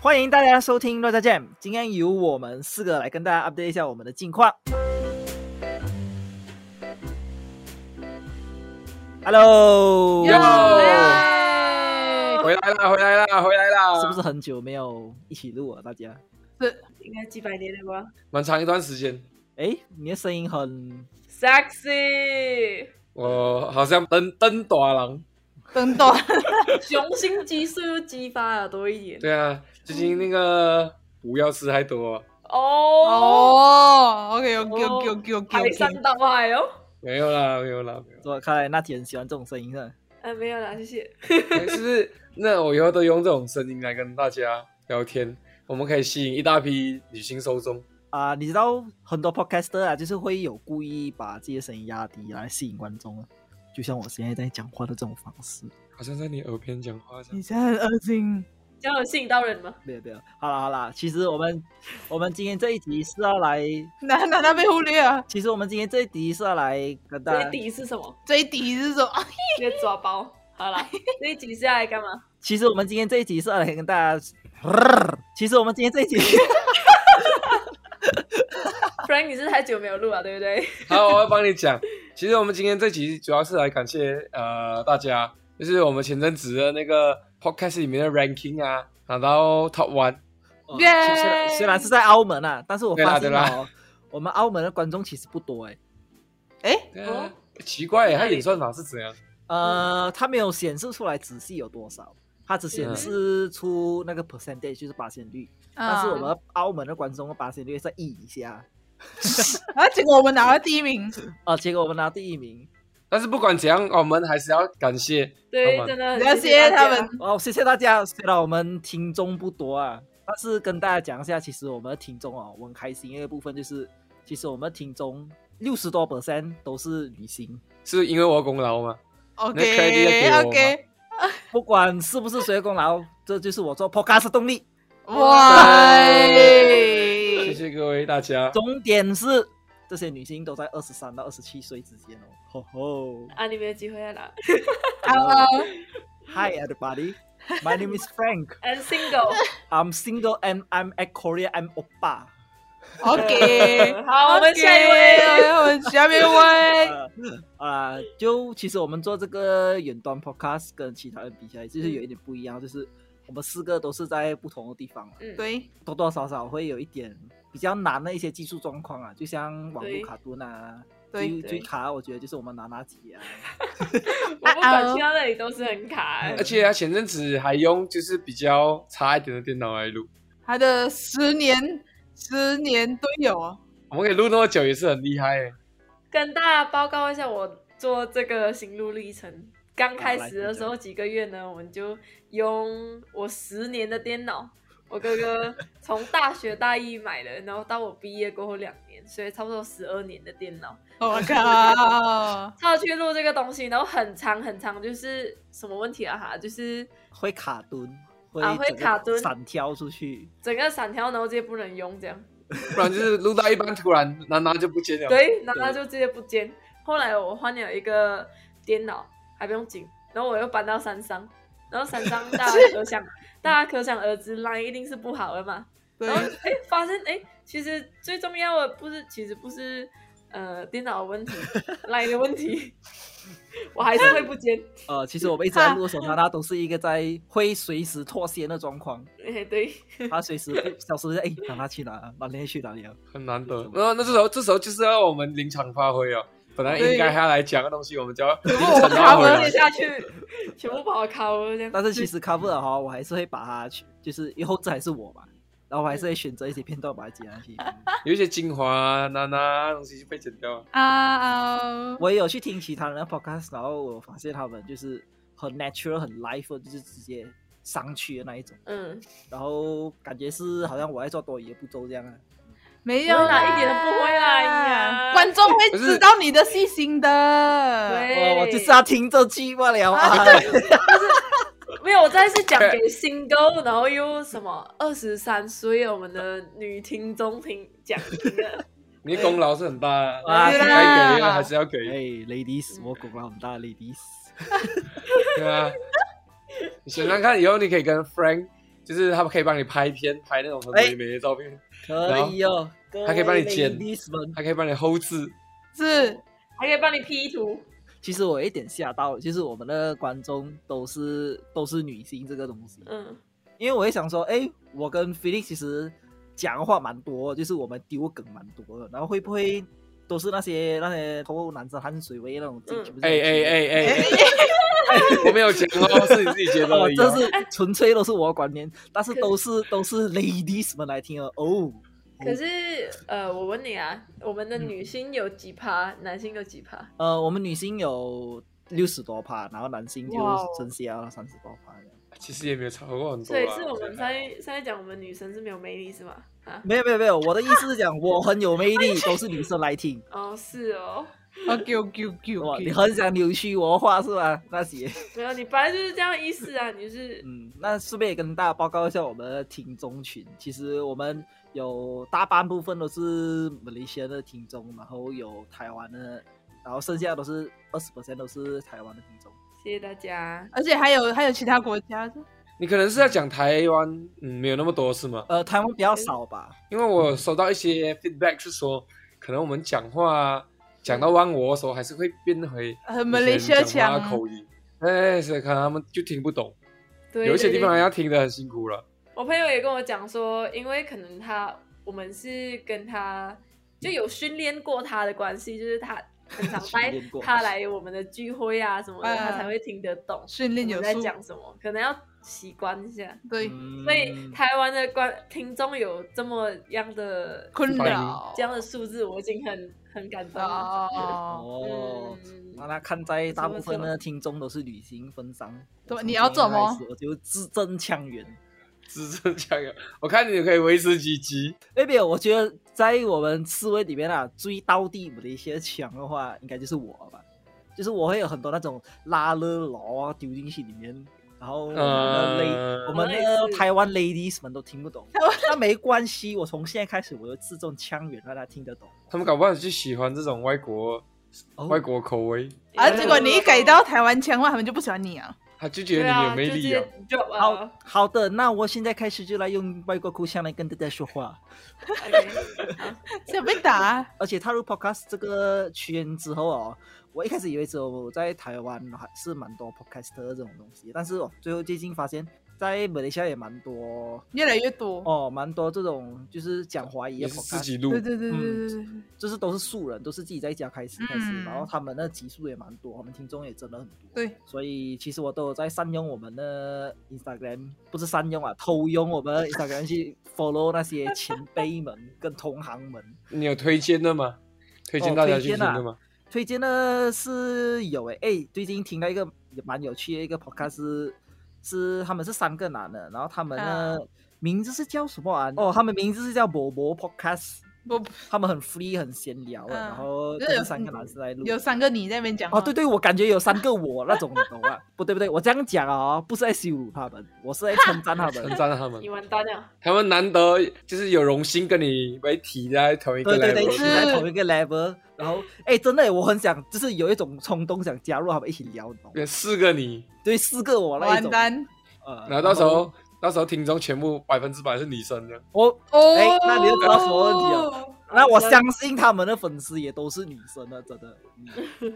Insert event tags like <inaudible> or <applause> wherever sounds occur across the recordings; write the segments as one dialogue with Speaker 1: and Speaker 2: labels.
Speaker 1: 欢迎大家收听《乱炸 Jam》，今天由我们四个来跟大家 update 一下我们的近况。Hello，
Speaker 2: 네.
Speaker 3: 耶
Speaker 4: <laughs> 回来啦，回来啦，回来啦！
Speaker 1: 是不是很久没有一起录啊？大家，
Speaker 3: 应该几百年了吧
Speaker 4: 蛮长一段时间？
Speaker 1: 哎，你的声音很
Speaker 3: ？Sexy，
Speaker 4: 我好像登登大郎。
Speaker 2: 等等，
Speaker 3: 雄心激素又激发了多一点
Speaker 4: 对啊，最近那个不要吃太多。
Speaker 3: 어.哦。
Speaker 2: 哦，OK OK OK OK
Speaker 3: 排
Speaker 2: OK，
Speaker 3: 山倒海哦！
Speaker 4: 没有啦，没有啦，没有。 <laughs>
Speaker 1: 说，看来那姐很喜欢这种声音啊的。
Speaker 3: 哎，没有啦，谢谢。
Speaker 4: 哎是不是？那我以后都用这种声音来跟大家聊天，我们可以吸引一大批女性受众。
Speaker 1: 啊、你知道很多 podcaster 啊，就是会有故意把自己的声音压低来吸引观众啊，就像我现在在讲话的这种方式。
Speaker 4: 好像在你耳边讲
Speaker 1: 嗯
Speaker 4: 话这样。
Speaker 2: 你现在很恶心，
Speaker 3: 这样有吸引到人吗？
Speaker 1: 没有没有，好啦好啦，其实我们我们今天这一集是要来，
Speaker 2: 哪哪哪被忽略啊？
Speaker 1: 其实我们今天这一集是要来跟大
Speaker 3: 这
Speaker 1: 家
Speaker 3: 一，底是什么？
Speaker 2: 这一题是什么？
Speaker 3: 你在抓包。好 <laughs> 啦，这一集是要来干嘛？
Speaker 1: 其实我们今天这一集是要来跟大家，其实我们今天这一
Speaker 3: <laughs>
Speaker 1: 集
Speaker 3: Frank，你是太久没有录了，啊对不对？
Speaker 4: 好，我要帮你讲。其实我们今天这集主要是来感谢呃大家，就是我们前阵子的那个 podcast 里面的 ranking 啊，拿到 top one。
Speaker 1: 哦
Speaker 2: 耶
Speaker 1: 虽虽虽然是在澳门啊，但是我
Speaker 4: 对啦
Speaker 1: 发现
Speaker 4: 对啦
Speaker 1: 哦，我们澳门的观众其实不多哎、
Speaker 2: 哎，
Speaker 4: 对
Speaker 3: 哦
Speaker 4: 啊，奇怪，它演算法是怎样？
Speaker 3: 嗯
Speaker 1: 呃，它没有显示出来仔细有多少，它只显示
Speaker 4: 嗯
Speaker 1: 出那个 percentage 就是八仙率，
Speaker 3: 嗯
Speaker 1: 但是我们澳门的观众的八仙率在一以下，
Speaker 2: 啊，结果我们拿了第一名，
Speaker 1: 啊，结果我们拿第一名，
Speaker 4: 但是不管怎样，哦我们还是要感谢
Speaker 3: 对
Speaker 4: 好，吧
Speaker 3: 真的
Speaker 2: 要谢
Speaker 3: 很谢
Speaker 2: 谢他
Speaker 3: 大家
Speaker 2: 们。
Speaker 1: 哦，谢谢大家。虽然我们听众不多啊，但是跟大家讲一下，其实我们的听众哦，我很开心一个部分就是，其实我们的听众六十多 percent 都是女性，
Speaker 4: 是因为我功劳吗？
Speaker 2: ，OK OK，
Speaker 1: 不管是不是谁的功劳，这就是我做 podcast 的动力。
Speaker 2: 哇，
Speaker 4: 谢谢各位大家。
Speaker 1: 重点是这些女性都在二十三到二十七岁之间哦。吼吼
Speaker 3: 啊，你没有机会了啦。
Speaker 2: Hello，
Speaker 1: ，Hi everybody, my name is Frank.
Speaker 3: And single，
Speaker 1: I'm single and I'm at Korea. I'm oppa.
Speaker 2: OK，
Speaker 3: <laughs> 好，我们下一位。
Speaker 2: 我们下面位，
Speaker 1: 啊、啊就其实我们做这个远端 podcast 跟其他人比起来，就是有一点不一样，就是我们四个都是在不同的地方，
Speaker 3: 嗯，
Speaker 2: 对，
Speaker 1: 多多少少会有一点比较难的一些技术状况啊，就像网
Speaker 3: 对
Speaker 1: 络卡顿啊，
Speaker 2: 对
Speaker 1: 最
Speaker 3: 对
Speaker 1: 最卡，我觉得就是我们拿拿几啊，
Speaker 3: 我不管去到那里都是很卡欸。
Speaker 4: 而且他前阵子还用就是比较差一点的电脑来录，
Speaker 2: 他的十年十年队友，
Speaker 4: 我们可以录那么久也是很厉害欸。
Speaker 3: 跟大家报告一下我做这个行路历程。刚开始的时候几个月呢，我们就用我十年的电脑，我哥哥从大学大一买的，然后到我毕业过后两年，所以差不多十二年的电脑，
Speaker 2: 我靠，
Speaker 3: 他去录这个东西，然后很长很长，就是什么问题啊哈，就是
Speaker 1: 会卡顿，会
Speaker 3: 啊会
Speaker 1: 整个
Speaker 3: 卡顿
Speaker 1: 闪跳出去，
Speaker 3: 整个闪条，然后直接不能用这样，
Speaker 4: 不然就是录到一半突然娜娜就不见了。
Speaker 3: 对，然后他就直接不见。后来我换了一个电脑，还不用紧，然后我又搬到山上，然后山上大家
Speaker 1: <laughs>
Speaker 3: 可想，大家可想而知，line 一定是不好的嘛。
Speaker 2: 对
Speaker 3: 然后哎，发现哎，其实最重要的不是，其实不是呃电脑的问题，line 的问题， <laughs> 我还是会不见。
Speaker 1: 呃，其实我们一直在录的时候，娜娜都是一个在会随时脱线的状况，
Speaker 3: 哎，对，
Speaker 1: 她随时
Speaker 3: <laughs>
Speaker 1: 会消失在，哎，娜娜去哪了？娜娜去哪里了？
Speaker 4: 很难得。那那这时候这时候就是要我们临场发挥哦。本来应该他来讲的东西，我们就要临
Speaker 2: 我
Speaker 4: 场
Speaker 2: 们
Speaker 4: 拉
Speaker 2: 卡
Speaker 4: 回
Speaker 2: 完
Speaker 3: 我
Speaker 4: 来
Speaker 3: 接。下去全部把我卡了这样。
Speaker 1: 但是其实 cover 了哈，我还是会把它去，就是以后这还是我嘛，然后我还是会选择一些片段把它剪上去。
Speaker 4: 有一些精华娜娜东西就被剪掉了。
Speaker 2: 啊，
Speaker 1: 我也有去听其他人的 podcast，然后我发现他们就是很 natural、很 live，就是直接上去的那一种，
Speaker 3: 嗯，
Speaker 1: 然后感觉是好像我在做多余的步骤这样啊。
Speaker 2: 没
Speaker 3: 有
Speaker 2: 有
Speaker 3: 啦
Speaker 2: 啦，
Speaker 3: 一点都不会啦哎呀
Speaker 2: 观众会知道你的细心的。
Speaker 3: 对，
Speaker 1: 哦我我就是要听这句话了啊！
Speaker 3: 没有，我这次讲给 single，然后又什么二十三岁我们的女听众听讲听的，
Speaker 4: 你的功劳是很大的，
Speaker 1: 啊
Speaker 4: 该
Speaker 1: 是
Speaker 2: 啦
Speaker 4: 给的还是要给。
Speaker 1: 哎，ladies，我功劳很大，ladies。
Speaker 4: 对啊，你想想看，以后你可以跟 Frank，就是他们可以帮你拍片，拍那种很
Speaker 1: 哎
Speaker 4: 唯美的照片，
Speaker 1: 可以哦，
Speaker 4: 还可以帮你剪
Speaker 1: 历史们。
Speaker 4: 还可以帮你后置。
Speaker 2: 是
Speaker 3: 还可以帮你 P 图，
Speaker 1: 其实我有一点吓到，就是我们的观众都是都是女性这个东西，
Speaker 3: 嗯，
Speaker 1: 因为我会想说，哎，我跟 Felix 其实讲话蛮多，就是我们丢梗蛮多的，然后会不会都是那些那些偷男生汗水味那种？
Speaker 3: 嗯
Speaker 1: 哎
Speaker 4: 哎哎哎哎，我没有讲哦，是你自己觉得
Speaker 1: 哦
Speaker 4: 而，已、
Speaker 1: 这
Speaker 4: 哦。
Speaker 1: 是纯粹都是我的观点，但是都是都是 ladies 们来听的哦。
Speaker 4: 嗯
Speaker 3: 可是呃，我问你啊，我们的女性有几趴，男性有几趴？
Speaker 1: 呃，我们女性有六十多趴，然后男性就
Speaker 3: 哇哦
Speaker 1: 剩下三十多趴。
Speaker 4: 其实也没有超过很多、
Speaker 3: 所
Speaker 4: 啊。
Speaker 3: 以是我们
Speaker 4: 觉得
Speaker 3: 在现在讲我们女生是没有魅力是吗？啊，
Speaker 1: 没有没有没有，我的意思是讲我很有魅力，都是女生来听。
Speaker 3: 哦是哦，
Speaker 2: ，OK OK OK
Speaker 1: 哇，你
Speaker 2: OK，
Speaker 1: 很想扭曲我的话是吧？那些，
Speaker 3: 没有，你本来就是这样的意思啊，你就是
Speaker 1: 嗯，那顺便也跟大家报告一下我们的听众群，其实我们有大半部分都是马来西亚的听众，然后有台湾的，然后剩下都是二十 percent 都是台湾的听众。
Speaker 3: 谢谢大家。
Speaker 2: 而且还有还有其他国家的，
Speaker 4: 你可能是在讲台湾，嗯，没有那么多是吗？
Speaker 1: 呃，台湾比较少吧，
Speaker 4: 因为我收到一些 feedback 是说，可能我们讲话讲到忘我的时候，还是会变回
Speaker 2: 呃，马来
Speaker 4: 以
Speaker 2: 西亚
Speaker 4: 前讲话的
Speaker 2: 强，
Speaker 4: 口音。哎，所以可能他们就听不懂，
Speaker 3: 对，
Speaker 4: 有一些
Speaker 3: 对
Speaker 4: 地
Speaker 3: 对
Speaker 4: 方还要听得很辛苦了。
Speaker 3: 我朋友也跟我讲说，因为可能他我们是跟他就有训练过他的关系，就是他很常
Speaker 1: <laughs>
Speaker 3: 带
Speaker 1: 训练过
Speaker 3: 他来我们的聚会啊什么的，
Speaker 2: 啊
Speaker 3: 他才会听得懂
Speaker 2: 训
Speaker 3: 我
Speaker 2: 练
Speaker 3: 们
Speaker 2: 有
Speaker 3: 在
Speaker 2: 素，
Speaker 3: 讲什么，可能要习惯一下。
Speaker 2: 对，
Speaker 1: 嗯
Speaker 3: 所以台湾的观听众有这么样的
Speaker 2: 困
Speaker 4: 反应
Speaker 2: 扰
Speaker 3: 这样的数字，我已经很很感动了。
Speaker 2: 哦，
Speaker 1: 哦。
Speaker 3: 嗯
Speaker 1: 那那看在大部分的听众都是旅行分商，
Speaker 2: 对
Speaker 1: 我从
Speaker 2: 你要
Speaker 1: 今天
Speaker 2: 怎么
Speaker 1: 开始我就字正腔圆。
Speaker 4: 只是这样， <laughs> 我看你可以维持几集，
Speaker 1: 那边我觉得在我们四位里面啊，最到地的一些强的话，应该就是我吧。就是我会有很多那种拉勒劳啊丢进去里面，然后我们的 lady-
Speaker 4: 呃
Speaker 1: 我们
Speaker 3: 我也
Speaker 1: 的
Speaker 3: 是
Speaker 1: 台湾 ladies 们都听不懂， <laughs> 那没关系，我从现在开始我就字正腔圆，让大家听得懂。
Speaker 4: 他们搞不好就喜欢这种外国
Speaker 1: 哦
Speaker 4: 外国口味，
Speaker 2: 啊，
Speaker 3: 因为
Speaker 2: 结果你一改到台湾腔的话，他们就不喜欢
Speaker 1: <laughs>
Speaker 2: 你啊，
Speaker 4: 他就觉得你有魅力
Speaker 3: 对
Speaker 1: 哦
Speaker 4: 啊
Speaker 3: 啊。就直接 drop
Speaker 1: 好
Speaker 3: 啊。
Speaker 1: 好的，那我现在开始就来用外国口腔来跟大家说话。
Speaker 3: OK，好
Speaker 2: 想被打啊，
Speaker 1: 而且踏入 podcast 这个圈之后哦，我一开始以为只有在台湾还是蛮多 podcaster 这种东西，但是哦，最后最近发现，在马来西亚也蛮多
Speaker 2: 越来越多，
Speaker 1: 哦，蛮多这种啊就是讲华语
Speaker 4: 也
Speaker 1: 的
Speaker 4: 是自
Speaker 1: podcast，
Speaker 4: 己录
Speaker 2: 对，对对对对对对，
Speaker 1: 就是都是素人，都是自己在家开始开始，
Speaker 2: 嗯
Speaker 1: 然后他们的集数也蛮多，我们听众也真的很多。
Speaker 2: 对，
Speaker 1: 所以其实我都有在善用我们的 Instagram，不是善用啊，偷用我们的 Instagram 去 follow 那些前辈们跟同行们。
Speaker 4: 你有推荐的吗？推荐
Speaker 1: 哦
Speaker 4: 大家
Speaker 1: 推
Speaker 4: 去
Speaker 1: 荐
Speaker 4: 听
Speaker 1: 啊
Speaker 4: 的吗？
Speaker 1: 推荐的是有诶、诶，最近听到一个也蛮有趣的一个 podcast 是是他们是三个男的，然后他们呢、名字是叫什么啊？哦，他们名字是叫博博 podcast，
Speaker 2: 我
Speaker 1: 他们很 free 很闲聊的，
Speaker 2: 嗯
Speaker 1: 然后
Speaker 2: 就
Speaker 1: 就是
Speaker 2: 有
Speaker 1: 是三个男生来录。
Speaker 2: 有三个你在那边讲话，啊
Speaker 1: 哦，对对，我感觉有三个我那种，你懂吗？不对不对，我这样讲啊、哦，不是在羞辱他们，我是在称赞他
Speaker 4: 称
Speaker 1: 们。
Speaker 4: 赞他们
Speaker 3: 你，完蛋了，
Speaker 4: 他们难得就是有荣幸跟你为体在同一个
Speaker 1: 对对
Speaker 4: level，
Speaker 1: 对，
Speaker 2: 是
Speaker 1: 是在同一个 level。然后，哎，真的耶，我很想，就是有一种冲动想加入他们一起聊，你懂吗？
Speaker 4: 有四个你，
Speaker 1: 对，四个我那一
Speaker 2: 完
Speaker 1: 种。
Speaker 2: 蛋
Speaker 1: 呃，
Speaker 4: 然后到时候到时候听众全部百分之百是女生的，
Speaker 1: 我
Speaker 2: 哦
Speaker 1: 哎那你就知道什么问题啊
Speaker 2: 了，
Speaker 1: 那我相信他们的粉丝也都是女生了，真的。嗯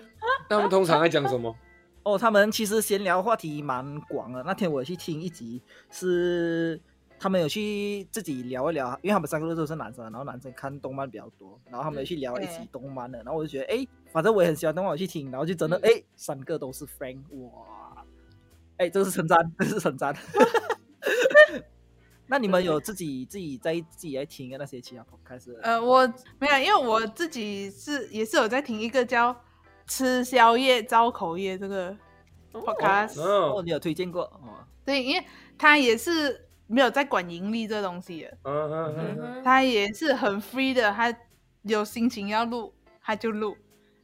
Speaker 4: 那他们通常在讲什么？
Speaker 1: 哦，他们其实闲聊话题蛮广的。那天我有去听一集，是他们有去自己聊一聊，因为他们三个都是男生，啊然后男生看动漫比较多，然后他们有去聊一集
Speaker 2: 对
Speaker 1: 动漫的，然后我就觉得，哎，反正我也很喜欢动漫，我去听，然后就真的，
Speaker 3: 嗯
Speaker 1: 哎，三个都是 Frank，哇，哎，这是称赞，这是称赞。那你们有自己自己在自己在听的那些其他 podcast？的
Speaker 2: 呃，我没有，因为我自己是也是有在听一个叫“吃宵夜招口业”这个
Speaker 3: 哦
Speaker 2: podcast，、
Speaker 1: 哦，
Speaker 4: 嗯
Speaker 1: 你有推荐过哦？
Speaker 2: 对，因为他也是没有在管盈利这东西的，
Speaker 4: 嗯嗯
Speaker 3: 嗯
Speaker 4: 嗯，
Speaker 3: 哼，
Speaker 2: 他也是很 free 的，他有心情要录他就录，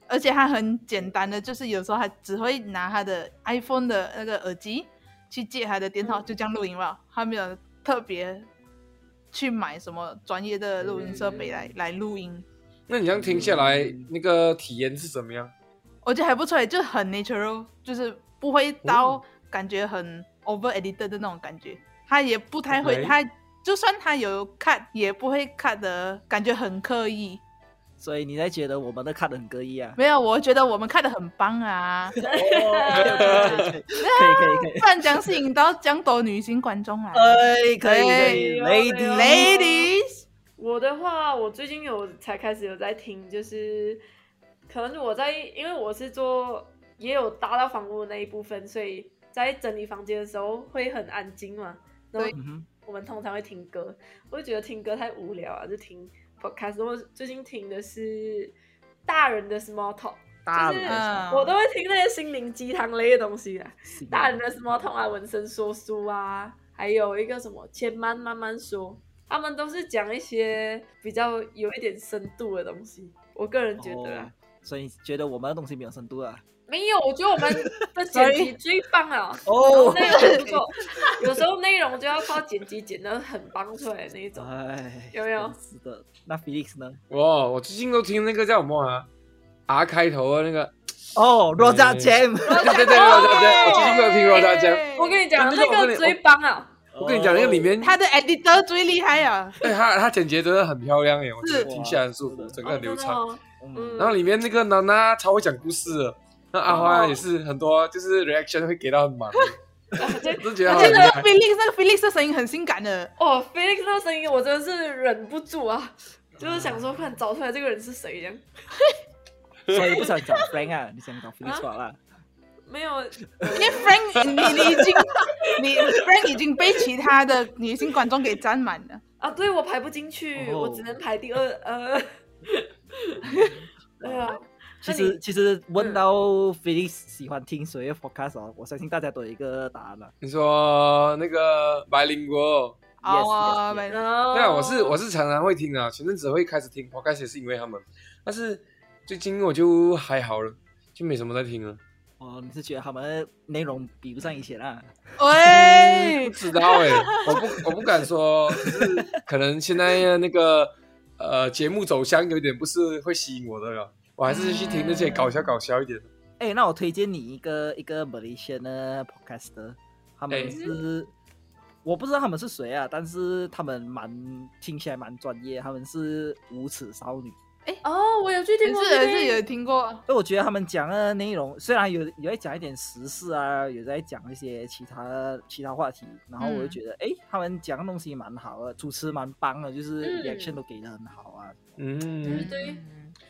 Speaker 2: 而且他很简单的，就是有时候他只会拿他的 iPhone 的那个耳机去借他的电脑，
Speaker 3: 嗯
Speaker 2: 就这样录音了，他没有特别去买什么专业的录音设备
Speaker 3: 嗯
Speaker 2: 来、来录音。
Speaker 4: 那你这样听下来
Speaker 1: 嗯，
Speaker 4: 那个体验是怎么样？
Speaker 2: 我觉得还不错，就很 natural，就是不会到
Speaker 4: 哦
Speaker 2: 感觉很 over edited 的那种感觉。他也不太会
Speaker 4: OK
Speaker 2: 他就算他有看，也不会看的感觉很刻意。
Speaker 1: 所以你才觉得我们的看得很刻意啊？
Speaker 2: 没有，我觉得我们看的很棒啊，
Speaker 1: 哦，OK，OK，OK，可以可以可以。
Speaker 2: 不然讲是引到江斗女性观众
Speaker 1: <laughs>
Speaker 2: 啊
Speaker 1: 哎，可以可以
Speaker 3: 哎呦哎呦
Speaker 1: ，lady，lady，
Speaker 2: ，ladies，
Speaker 3: 我的话，我最近有才开始有在听，就是可能我在，因为我是做也有搭到房屋的那一部分，所以在整理房间的时候会很安静嘛。然后
Speaker 2: 对
Speaker 1: 嗯哼
Speaker 3: 我们通常会听歌，我就觉得听歌太无聊啊，就听 podcast。然后我最近听的是大人的 small talk，
Speaker 1: 大
Speaker 3: 就是
Speaker 1: 人，
Speaker 2: 嗯，
Speaker 3: 我都会听那些心灵鸡汤类的东西啊。大人
Speaker 1: 人，
Speaker 3: 的 small talk 啊，纹身说书啊，还有一个什么千慢慢慢说，他们都是讲一些比较有一点深度的东西。我个人觉得
Speaker 1: 哦
Speaker 3: 啊，，
Speaker 1: 所以觉得我们的东西没有深度啊？
Speaker 3: 没有，我觉得我们
Speaker 4: <laughs>
Speaker 3: 的剪辑最棒啊了。
Speaker 1: 哦，
Speaker 3: 内容不错，有时候内容就要靠剪辑剪的很棒出来的那一
Speaker 4: 啊
Speaker 3: 种。
Speaker 1: 哎，
Speaker 3: 有没有
Speaker 1: 真是的？那 Felix 呢？
Speaker 4: 哇，我最近都听那个叫什么啊？R 开头的那个，
Speaker 1: 哦，Roja
Speaker 4: 嗯
Speaker 1: Jam，
Speaker 4: <laughs> 对对对对对对，我最近都有听 r o d 讲。
Speaker 3: 我跟你讲，
Speaker 4: 真的我
Speaker 3: 那
Speaker 4: 跟
Speaker 3: 个
Speaker 4: 你
Speaker 3: 最棒啊！
Speaker 4: 我跟你讲，那个里面，
Speaker 2: 他的 editor 最厉害啊，
Speaker 4: 哎，他他剪辑真的很漂亮耶，我觉得
Speaker 2: 是
Speaker 4: 听起来很舒服，整个
Speaker 3: 哦
Speaker 4: 很
Speaker 3: 真
Speaker 4: 流
Speaker 3: 的
Speaker 4: 畅。
Speaker 3: 哦
Speaker 1: 嗯
Speaker 4: 然后里面那个娜娜超会讲故事的，那阿花也是很多就是 reaction 会给到很满，
Speaker 3: <laughs>
Speaker 4: 我就觉得
Speaker 2: 我
Speaker 4: 好
Speaker 2: 觉
Speaker 4: 厉
Speaker 2: 得
Speaker 4: 害。
Speaker 2: Felix 那个 Felix 的声音很性感的，
Speaker 3: 哦，Felix 那个声音我真的是忍不住啊，就是想说，快点找出来这个人是谁这样。
Speaker 1: 所以不想找 Frank 啊，你想找 Felix 好啦。
Speaker 3: 没有，
Speaker 2: 因为 Frank 你你已经你 Frank 已经被其他的女性观众给占满了，
Speaker 3: 啊，对我排不进去，
Speaker 1: 哦
Speaker 3: 我只能排第二，呃，对啊，
Speaker 1: 哦其
Speaker 3: 那
Speaker 1: 实
Speaker 3: 你嗯
Speaker 1: 其实问到 Felix 喜欢听谁的 podcast 哦，我相信大家都有一个答案了。
Speaker 4: 你说那个白灵国，
Speaker 1: Yes,
Speaker 2: 哦
Speaker 1: yes,
Speaker 2: 没
Speaker 4: <laughs> 对
Speaker 3: 对
Speaker 4: 啊，我是我是常常会听的啊，前阵子会开始听，我开始也是因为他们，但是最近我就还好了，就没什么在听了。
Speaker 1: 哦，你是觉得他们内容比不上以前啊？
Speaker 2: 喂
Speaker 4: 不，知道哎、我不我不敢说，只是可能现在那个呃节目走向有点不是会吸引我的了，我还是去听那些搞笑搞笑一点的。
Speaker 1: 哎，那我推荐你一个一个 Malaysian 的 podcaster，他
Speaker 4: 哎
Speaker 1: 们是、我不知道他们是谁啊，但是他们蛮听起来蛮专业，他们是无耻少女。
Speaker 3: 哦，我有去听
Speaker 2: 也
Speaker 3: 过，
Speaker 2: 是也
Speaker 3: 对
Speaker 2: 是有听过，
Speaker 1: 所以我觉得他们讲的内容虽然有有在讲一点时事啊，有在讲一些其他其他话题，然后我就
Speaker 2: 嗯
Speaker 1: 觉得，哎、他们讲的东西蛮好的，主持蛮棒的，就是
Speaker 3: 嗯
Speaker 1: reaction 都给的很好啊。
Speaker 4: 嗯
Speaker 3: 嗯，对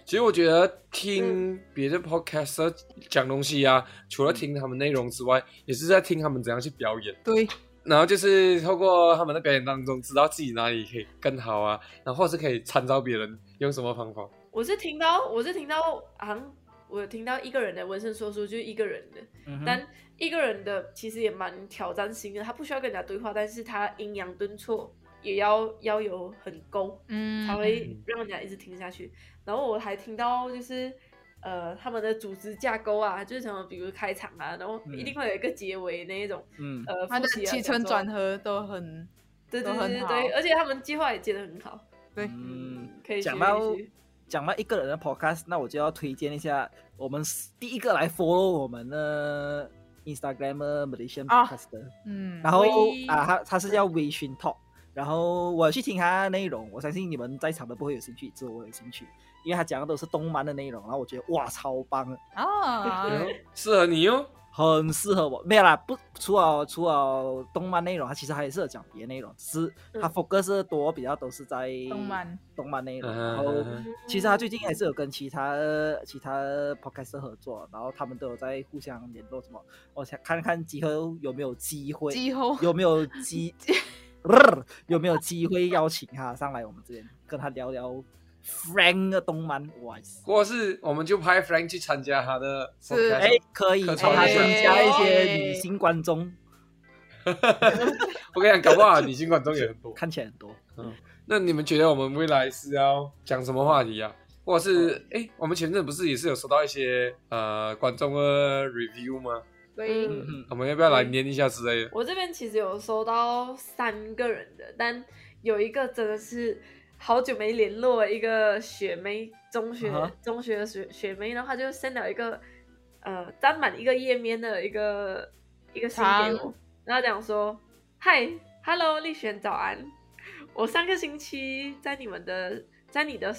Speaker 4: 其实我觉得听别的 podcaster 讲东西啊，除了听他们内容之外，也是在听他们怎样去表演。
Speaker 2: 对，
Speaker 4: 然后就是透过他们的表演当中，知道自己哪里可以更好啊，然后或是可以参照别人用什么方法。
Speaker 3: 我是听到，我是听到，好像我有听到一个人的纹身说书，就是一个人的，
Speaker 1: 嗯哼
Speaker 3: 但一个人的其实也蛮挑战性的，他不需要跟人家对话，但是他阴阳顿挫也要要有很够，
Speaker 2: 嗯，
Speaker 3: 才会让人家一直听下去。然后我还听到就是呃他们的组织架构啊，就是什么比如开场啊，然后
Speaker 4: 嗯
Speaker 3: 一定会有一个结尾那一种，
Speaker 1: 嗯，
Speaker 3: 呃，
Speaker 2: 他的
Speaker 3: 复习啊
Speaker 2: 起承，转
Speaker 3: 讲说
Speaker 2: 合都很
Speaker 3: 对对
Speaker 2: 都
Speaker 3: 对
Speaker 2: 很
Speaker 3: 对
Speaker 2: 好
Speaker 3: 对，而且他们计划也接得很好，
Speaker 2: 对，
Speaker 1: 嗯，
Speaker 3: 可以学
Speaker 1: 讲到
Speaker 3: 一学。
Speaker 1: 讲到一个人的 podcast，那我就要推荐一下我们第一个来 follow 我们的 Instagram 的 Malaysian
Speaker 2: 啊
Speaker 1: podcaster，、
Speaker 2: 嗯，
Speaker 1: 然后
Speaker 3: 微
Speaker 1: 啊，他他是叫微醺 Talk，然后我去听他的内容，我相信你们在场的不会有兴趣，只有我有兴趣，因为他讲的都是动漫的内容，然后我觉得哇超棒的，
Speaker 2: 啊，
Speaker 4: 嗯，适合你哦。
Speaker 1: 很适合我。没有啦，不除了除了动漫内容，他其实还适合讲别的内容，只是他
Speaker 3: 嗯
Speaker 1: focus 多比较都是在
Speaker 2: 动漫，
Speaker 1: 动漫内容，然后。
Speaker 4: 嗯，
Speaker 1: 其实他最近还是有跟其他其他 podcast 合作，然后他们都有在互相联络什么。我想看看以后有没有机会，
Speaker 2: 几乎
Speaker 1: 有没有机 <laughs> 有没有机会邀请他上来我们这边跟他聊聊 Frank 的动漫 voice？
Speaker 4: 或是我们就派 Frank 去参加他的
Speaker 2: 是
Speaker 4: podcast
Speaker 1: 哎，可以，
Speaker 4: 可
Speaker 1: 从他
Speaker 2: 哎
Speaker 1: 增加一些女性观众，
Speaker 4: 我跟你讲，搞不好女性观众也很多。
Speaker 1: 看起来很多。
Speaker 4: 那你们觉得我们未来是要讲什么话题啊？或者是哎、我们前阵不是也是有收到一些呃观众的 review 吗？
Speaker 2: 对
Speaker 3: 嗯
Speaker 1: 嗯
Speaker 4: 我们要不要来念一下之类的？
Speaker 3: 我这边其实有收到三个人的，但有一个真的是好久没联络的一个学妹，中学、
Speaker 1: 啊哈
Speaker 3: 中学的学学妹，然后她就 send 了一个呃占满一个页面的一个一个信给我，然后她讲说：“嗨， Hello，丽璇早安。 <laughs> 我上个星期在你们的在你的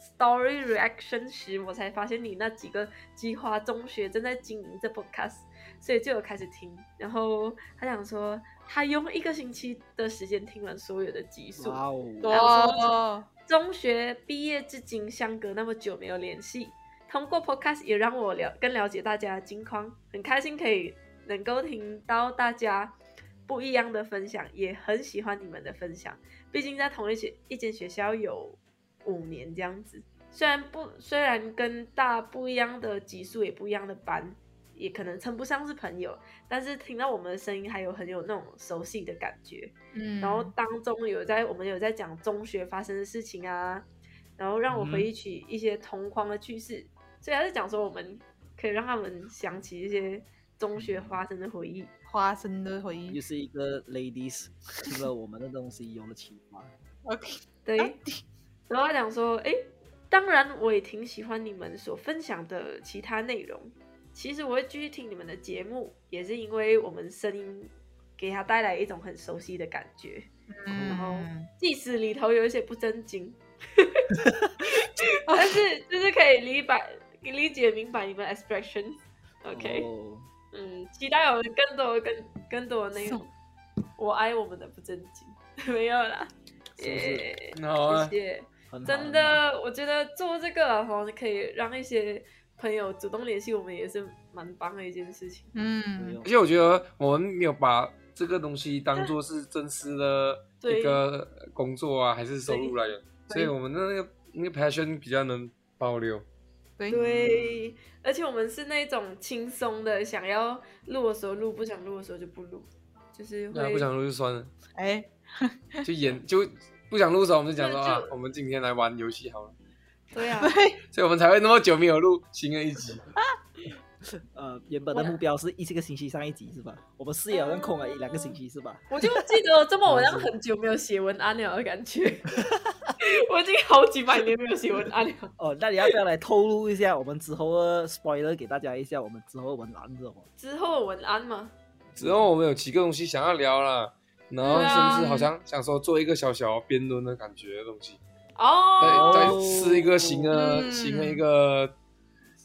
Speaker 3: Story Reaction 时，我才发现你那几个计划中学正在经营这 Podcast，所以就有开始听。然后他想说，他用一个星期的时间听完所有的集数。
Speaker 1: 哇哦，
Speaker 3: 对
Speaker 2: 哇，
Speaker 3: 中学毕业至今相隔那么久没有联系，通过 podcast 也让我了更了解大家的近况，很开心可以能够听到大家不一样的分享，也很喜欢你们的分享。毕竟在同一学一间学校有五年这样子，虽然不虽然跟大不一样的级数，也不一样的班，也可能称不上是朋友，但是听到我们的声音，还有很有那种熟悉的感觉。
Speaker 2: 嗯，
Speaker 3: 然后当中有在我们有在讲中学发生的事情啊，然后让我回忆起一些同框的趣事，所以他是讲说我们可以让他们想起一些中学发生的回忆。
Speaker 2: 花生的回
Speaker 1: 又
Speaker 2: 忆
Speaker 1: 是一个 ladies 听了我们的东西有了启发。
Speaker 2: ，OK，
Speaker 3: 对， <laughs> 然后他讲说，哎，当然我也挺喜欢你们所分享的其他内容。其实我会继续听你们的节目，也是因为我们声音给他带来一种很熟悉的感觉，然后
Speaker 2: 嗯，
Speaker 3: 即使里头有一些不正
Speaker 1: <laughs>
Speaker 3: 经，但是就是可以理白理解明白你们 expression。OK，、
Speaker 1: 哦
Speaker 3: 嗯，期待有更多更更多的内容。我爱我们的不正经， <laughs> 没有啦，
Speaker 1: 是不是
Speaker 3: 耶
Speaker 4: 好啊，
Speaker 3: 谢谢。
Speaker 1: 很好
Speaker 3: 真，的，我觉得做这个好像可以让一些朋友主动联系我们，也是蛮棒的一件事情。
Speaker 1: 很
Speaker 2: 嗯，
Speaker 1: 好
Speaker 4: 而且我觉得我们没有把这个东西当做是正式的
Speaker 3: 对
Speaker 4: 一个工作啊，还是收入来源，所以我们的那个那个 passion 比较能保留。
Speaker 2: 对，
Speaker 3: 对，而且我们是那种轻松的，想要录的时候录，不想录的时候就不录，就是
Speaker 4: 那
Speaker 3: 会
Speaker 4: 啊不想录就算了，
Speaker 2: 哎，
Speaker 4: <laughs> 就演就不想录的时候，我们就讲说
Speaker 3: 就就
Speaker 4: 啊，我们今天来玩游戏好了，
Speaker 2: <laughs>
Speaker 3: 对啊，
Speaker 4: 所以我们才会那么久没有录新的一集。
Speaker 3: 嗯
Speaker 1: 呃，原本的目标是一这个星期上一集是吧？我们视野好像空了啊一两个星期是吧？
Speaker 3: 我就记得
Speaker 4: <laughs>
Speaker 3: 这么我好像很久没有写文案了的感觉， <laughs> 我已经好几百年没有写文案了。
Speaker 1: 哦，那你要不要来透露一下我们之后的 spoiler 给大家一下？我们之后的文案是什么？
Speaker 3: 之后的文案嘛，
Speaker 4: 之后我们有几个东西想要聊啦，然后
Speaker 3: 对啊
Speaker 4: 甚至好像想说做一个小小辩论的感觉的东西，
Speaker 3: 哦，
Speaker 4: 再再试一个新的
Speaker 2: 嗯
Speaker 4: 新的一个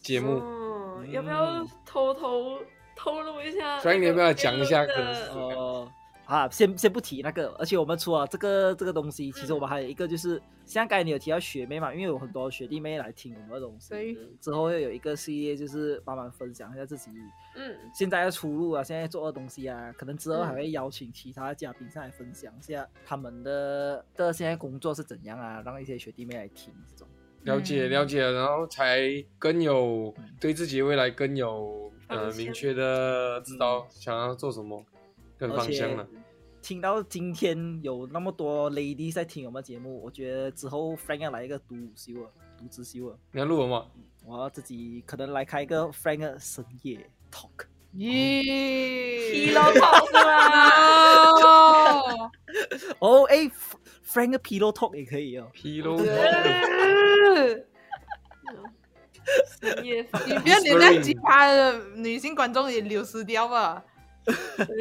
Speaker 4: 节目。
Speaker 3: 哦
Speaker 4: 嗯
Speaker 3: 要不要偷偷透露一下？
Speaker 4: 所以你要不要讲一下
Speaker 3: 那个
Speaker 4: 可能是
Speaker 1: 哦、 <laughs> 啊，先先不提那个，而且我们除了这个这个东西，其实我们还有一个就是，像刚才你有提到学妹嘛，因为有很多学弟妹来听我们的东西，
Speaker 2: 所以
Speaker 1: 之后又有一个系列，就是慢慢分享一下自己
Speaker 3: 嗯，
Speaker 1: 现在的出路啊，现在做的东西啊，可能之后
Speaker 3: 嗯
Speaker 1: 还会邀请其他嘉宾上来分享一下他们的的现在工作是怎样啊，让一些学弟妹来听这种。
Speaker 4: 了解
Speaker 2: 嗯
Speaker 4: 了解，然后才更有对自己未来更有呃
Speaker 3: 方向嗯
Speaker 4: 明确的知道想要做什么跟方向了。
Speaker 1: 听到今天有那么多 lady 在听我们节目，我觉得之后 Frank 要来一个独舞秀啊，独自秀啊，
Speaker 4: 你要录我吗？
Speaker 1: 我要自己可能来开一个 Frank 的深夜 talk。
Speaker 3: 疲
Speaker 2: 咦，
Speaker 3: 劳炮是吗？ <laughs>
Speaker 2: 哦，
Speaker 1: 哦，哎，F-，Frank 的 pillow talk 也可以哦。
Speaker 4: 披露 <laughs>
Speaker 3: 哎深夜放
Speaker 2: 你 <laughs> 不要连那其他的女性观众也流失掉吧？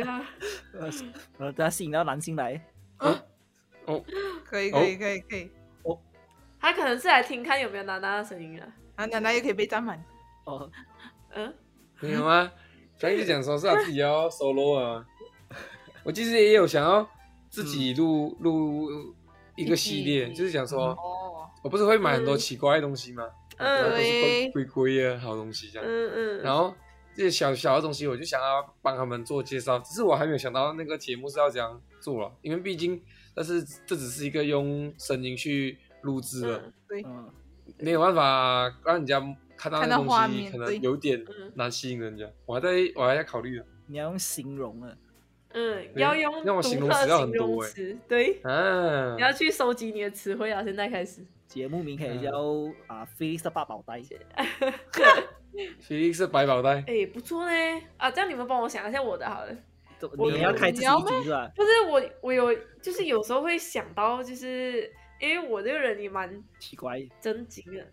Speaker 3: 啊，
Speaker 1: 呃，呃等下吸引到男性来，
Speaker 4: 哦，
Speaker 2: 可以，可以，可以，可以，
Speaker 3: 他可能是来听看有没有娜娜的声音了。
Speaker 2: 啊，奶奶也可以被占满。
Speaker 1: 哦，
Speaker 4: 啊
Speaker 3: 嗯，
Speaker 4: 没有吗？所以就讲说是他自己要 solo 啊。我其实也有想要自己录录一个系列，
Speaker 2: 一集
Speaker 4: 就是想说，
Speaker 2: 哦，
Speaker 4: 我不是会买很多奇怪的东西吗？
Speaker 3: 嗯
Speaker 4: 都是
Speaker 2: 对
Speaker 4: 贵贵贵的好东西这样。
Speaker 3: 嗯嗯，
Speaker 4: 然后这些小小的东西，我就想要帮他们做介绍，只是我还没有想到那个节目是要怎样做了，因为毕竟，但是这只是一个用声音去录制的
Speaker 3: 嗯，
Speaker 1: 嗯，
Speaker 4: 没有办法让人家看到那
Speaker 2: 看到
Speaker 4: 个
Speaker 2: 画
Speaker 4: 东西，
Speaker 2: 面
Speaker 4: 可
Speaker 2: 对
Speaker 4: 能有点
Speaker 3: 嗯
Speaker 4: 难吸引人家。我还在我还在考虑呢。啊
Speaker 1: 你要用形容啊。
Speaker 3: 嗯，
Speaker 4: 对
Speaker 3: 要用
Speaker 4: 那我
Speaker 3: 独
Speaker 4: 形容
Speaker 3: 特
Speaker 4: 词要
Speaker 3: 形
Speaker 4: 很多
Speaker 3: 容
Speaker 4: 欸
Speaker 3: 词，对，
Speaker 2: 嗯
Speaker 4: 啊，
Speaker 3: <laughs> 你要去收集你的词汇啊！现在开始，
Speaker 1: 节目名可以叫、啊，菲利斯的八宝袋。
Speaker 4: 菲利是百宝袋，
Speaker 3: 哎，不错嘞啊！这样你们帮我想一下我的好了。
Speaker 1: 怎么
Speaker 3: 我
Speaker 1: 你要开自己一集是吧？
Speaker 3: 就是我，我有，就是有时候会想到，就是因为我这个人也蛮
Speaker 1: 奇怪，
Speaker 3: 正经的，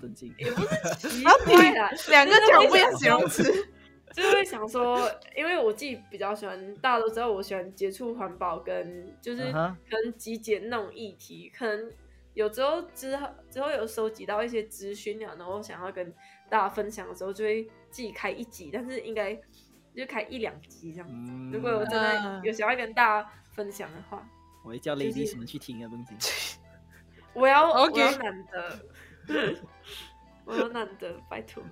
Speaker 1: 震惊。
Speaker 3: 也不是奇怪啦，
Speaker 1: <laughs>
Speaker 2: 两个讲不一样形容词，
Speaker 3: 就是会想说，因为我自己比较喜欢，大家都知道我喜欢接触环保跟就是
Speaker 1: 嗯哼
Speaker 3: 可能极简那种议题，可能有时候之后之后有收集到一些资讯啊，然后想要跟大家分享的时候，就会自己开一集，但是应该就开一两集这样。
Speaker 1: 嗯
Speaker 3: <laughs> 如果我真的
Speaker 2: 嗯
Speaker 3: 有想要跟大家分享的话，
Speaker 1: 我会叫
Speaker 3: 就是
Speaker 1: Lady 什么去听啊，东西。
Speaker 3: 我要
Speaker 2: OK
Speaker 3: 我要懒得，我要懒得，拜托。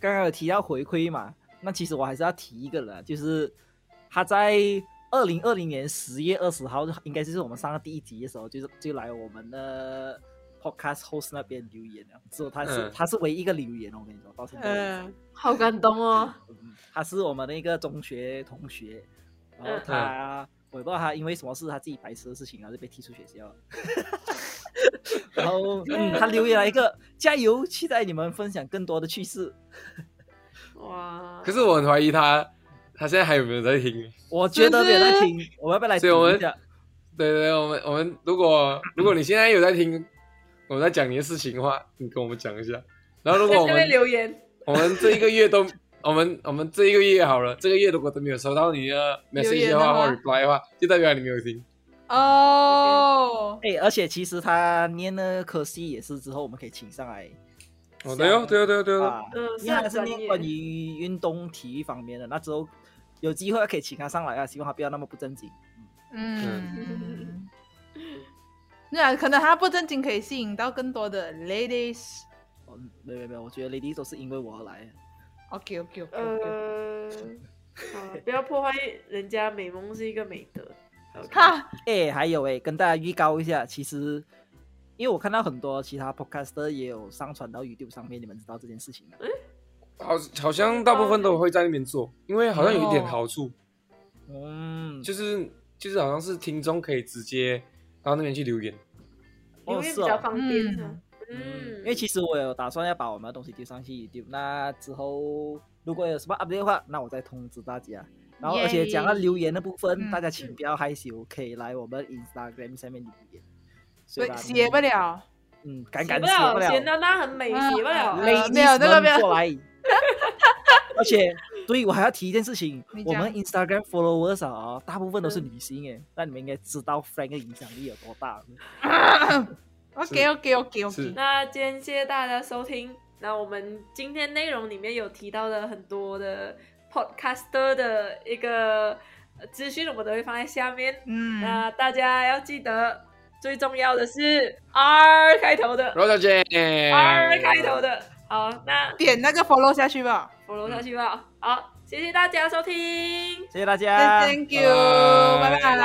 Speaker 1: 刚刚有提到回馈嘛，那其实我还是要提一个人啊，就是他在二零二零年十月二十号，应该就是我们上的第一集的时候，就是就来我们的 podcast host 那边留言了。之后他是、
Speaker 4: 嗯
Speaker 1: 他是唯一一个留言哦，我跟你说，到现在为止、
Speaker 2: 嗯，
Speaker 3: 好感动哦！
Speaker 1: 嗯他是我们的一个中学同学，然后他、我也不知道他因为什么事，他自己白痴的事情，然后就被踢出学校了。然后、嗯、他留言了一个加油，期待你们分享更多的趣事。
Speaker 3: 哇，
Speaker 4: 可是我很怀疑他，他现在还有没有在听？
Speaker 1: 我觉得没有在听，我们要不要来
Speaker 4: 所以我
Speaker 1: 读一
Speaker 4: 们
Speaker 1: 下？
Speaker 4: 对对，我们我们如果如果你现在有在听 <laughs> 我们在讲你的事情的话，你跟我们讲一下。然后如
Speaker 3: 在
Speaker 4: 果
Speaker 2: <laughs>
Speaker 4: 我
Speaker 3: 下
Speaker 4: 们
Speaker 3: 面留言，
Speaker 4: <laughs> 我们这一个月都，我们我们这一个月好了，这个月如果都没有收到你的
Speaker 2: 留
Speaker 4: message
Speaker 2: 言
Speaker 4: 的
Speaker 2: 的
Speaker 4: 话
Speaker 2: 话
Speaker 4: 或 reply 的话，就代表你没有听。
Speaker 2: 哦，
Speaker 1: 哎，而且其实他念了科系也是之后，我们可以请上来
Speaker 4: 哦，对哦，对哦，对哦，对哦，
Speaker 1: 啊，
Speaker 3: 嗯，
Speaker 1: 因为他
Speaker 3: 很
Speaker 1: 是哦
Speaker 3: 专
Speaker 1: 念
Speaker 3: 业。
Speaker 1: 关于运动体育方面的，那之后有机会可以请他上来啊，希望他不要那么不正经。
Speaker 2: <laughs> 嗯，那可能他不正经可以吸引到更多的 ladies。
Speaker 1: 嗯，没有没有没有，我觉得 Lady 都是因为我而来的。
Speaker 2: OK OK OK OK，
Speaker 3: 呃，好了，不要破坏人家美梦是一个美德。
Speaker 2: 哈，
Speaker 1: 哎，还有哎，跟大家预告一下，其实因为我看到很多其他 podcaster 也有上传到 YouTube 上面，你们知道这件事情吗？
Speaker 4: 好，好像大部分都会在那边做，因为好像有一点
Speaker 2: 哦
Speaker 4: 好处，
Speaker 1: 嗯，
Speaker 4: 就是就是好像是听众可以直接到那边去留言。
Speaker 3: 因
Speaker 1: 哦
Speaker 3: 为比
Speaker 1: 是哦
Speaker 3: 较方便啊。
Speaker 1: 嗯，
Speaker 3: 嗯，
Speaker 1: 因为其实我有打算要把我们的东西丢上去 YouTube，那之后如果有什么 update 的话，那我再通知大家。然后，而且讲到
Speaker 2: Yay
Speaker 1: 留言的部分，
Speaker 2: 嗯
Speaker 1: 大家请不要害羞，可以来我们 Instagram 下面留言。虽
Speaker 2: 对，
Speaker 1: 然
Speaker 2: 写不，了，
Speaker 1: 嗯，敢
Speaker 3: 写
Speaker 1: 敢
Speaker 3: 不
Speaker 1: 写
Speaker 3: 了，
Speaker 1: 不
Speaker 3: 简
Speaker 1: 了，
Speaker 3: 单那很美，
Speaker 2: 啊
Speaker 3: 写不了。
Speaker 2: 累没有那个没有 <laughs>
Speaker 1: 过来。而且，对我还要提一件事情
Speaker 2: 你，
Speaker 1: 我
Speaker 2: 讲嗯
Speaker 1: 们 Instagram followers 啊，大部分都是女性诶，那你们应该知道 Frank 的影响力有多大。
Speaker 2: OK OK OK
Speaker 4: 是
Speaker 2: OK，
Speaker 3: 那今天谢谢大家收听。那我们今天内容里面有提到的很多的 podcaster 的一个呃资讯，我们都会放在下面。
Speaker 2: 嗯，
Speaker 3: 那大家要记得，最重要的是 R 开头的
Speaker 4: Roger
Speaker 3: ，R
Speaker 4: J，
Speaker 3: 开头的。好，那
Speaker 2: 点那个 follow 下去吧。
Speaker 3: 我楼下去吧。好，谢谢大家收听。
Speaker 1: 谢谢大家，
Speaker 2: Thank 呃 you，拜拜。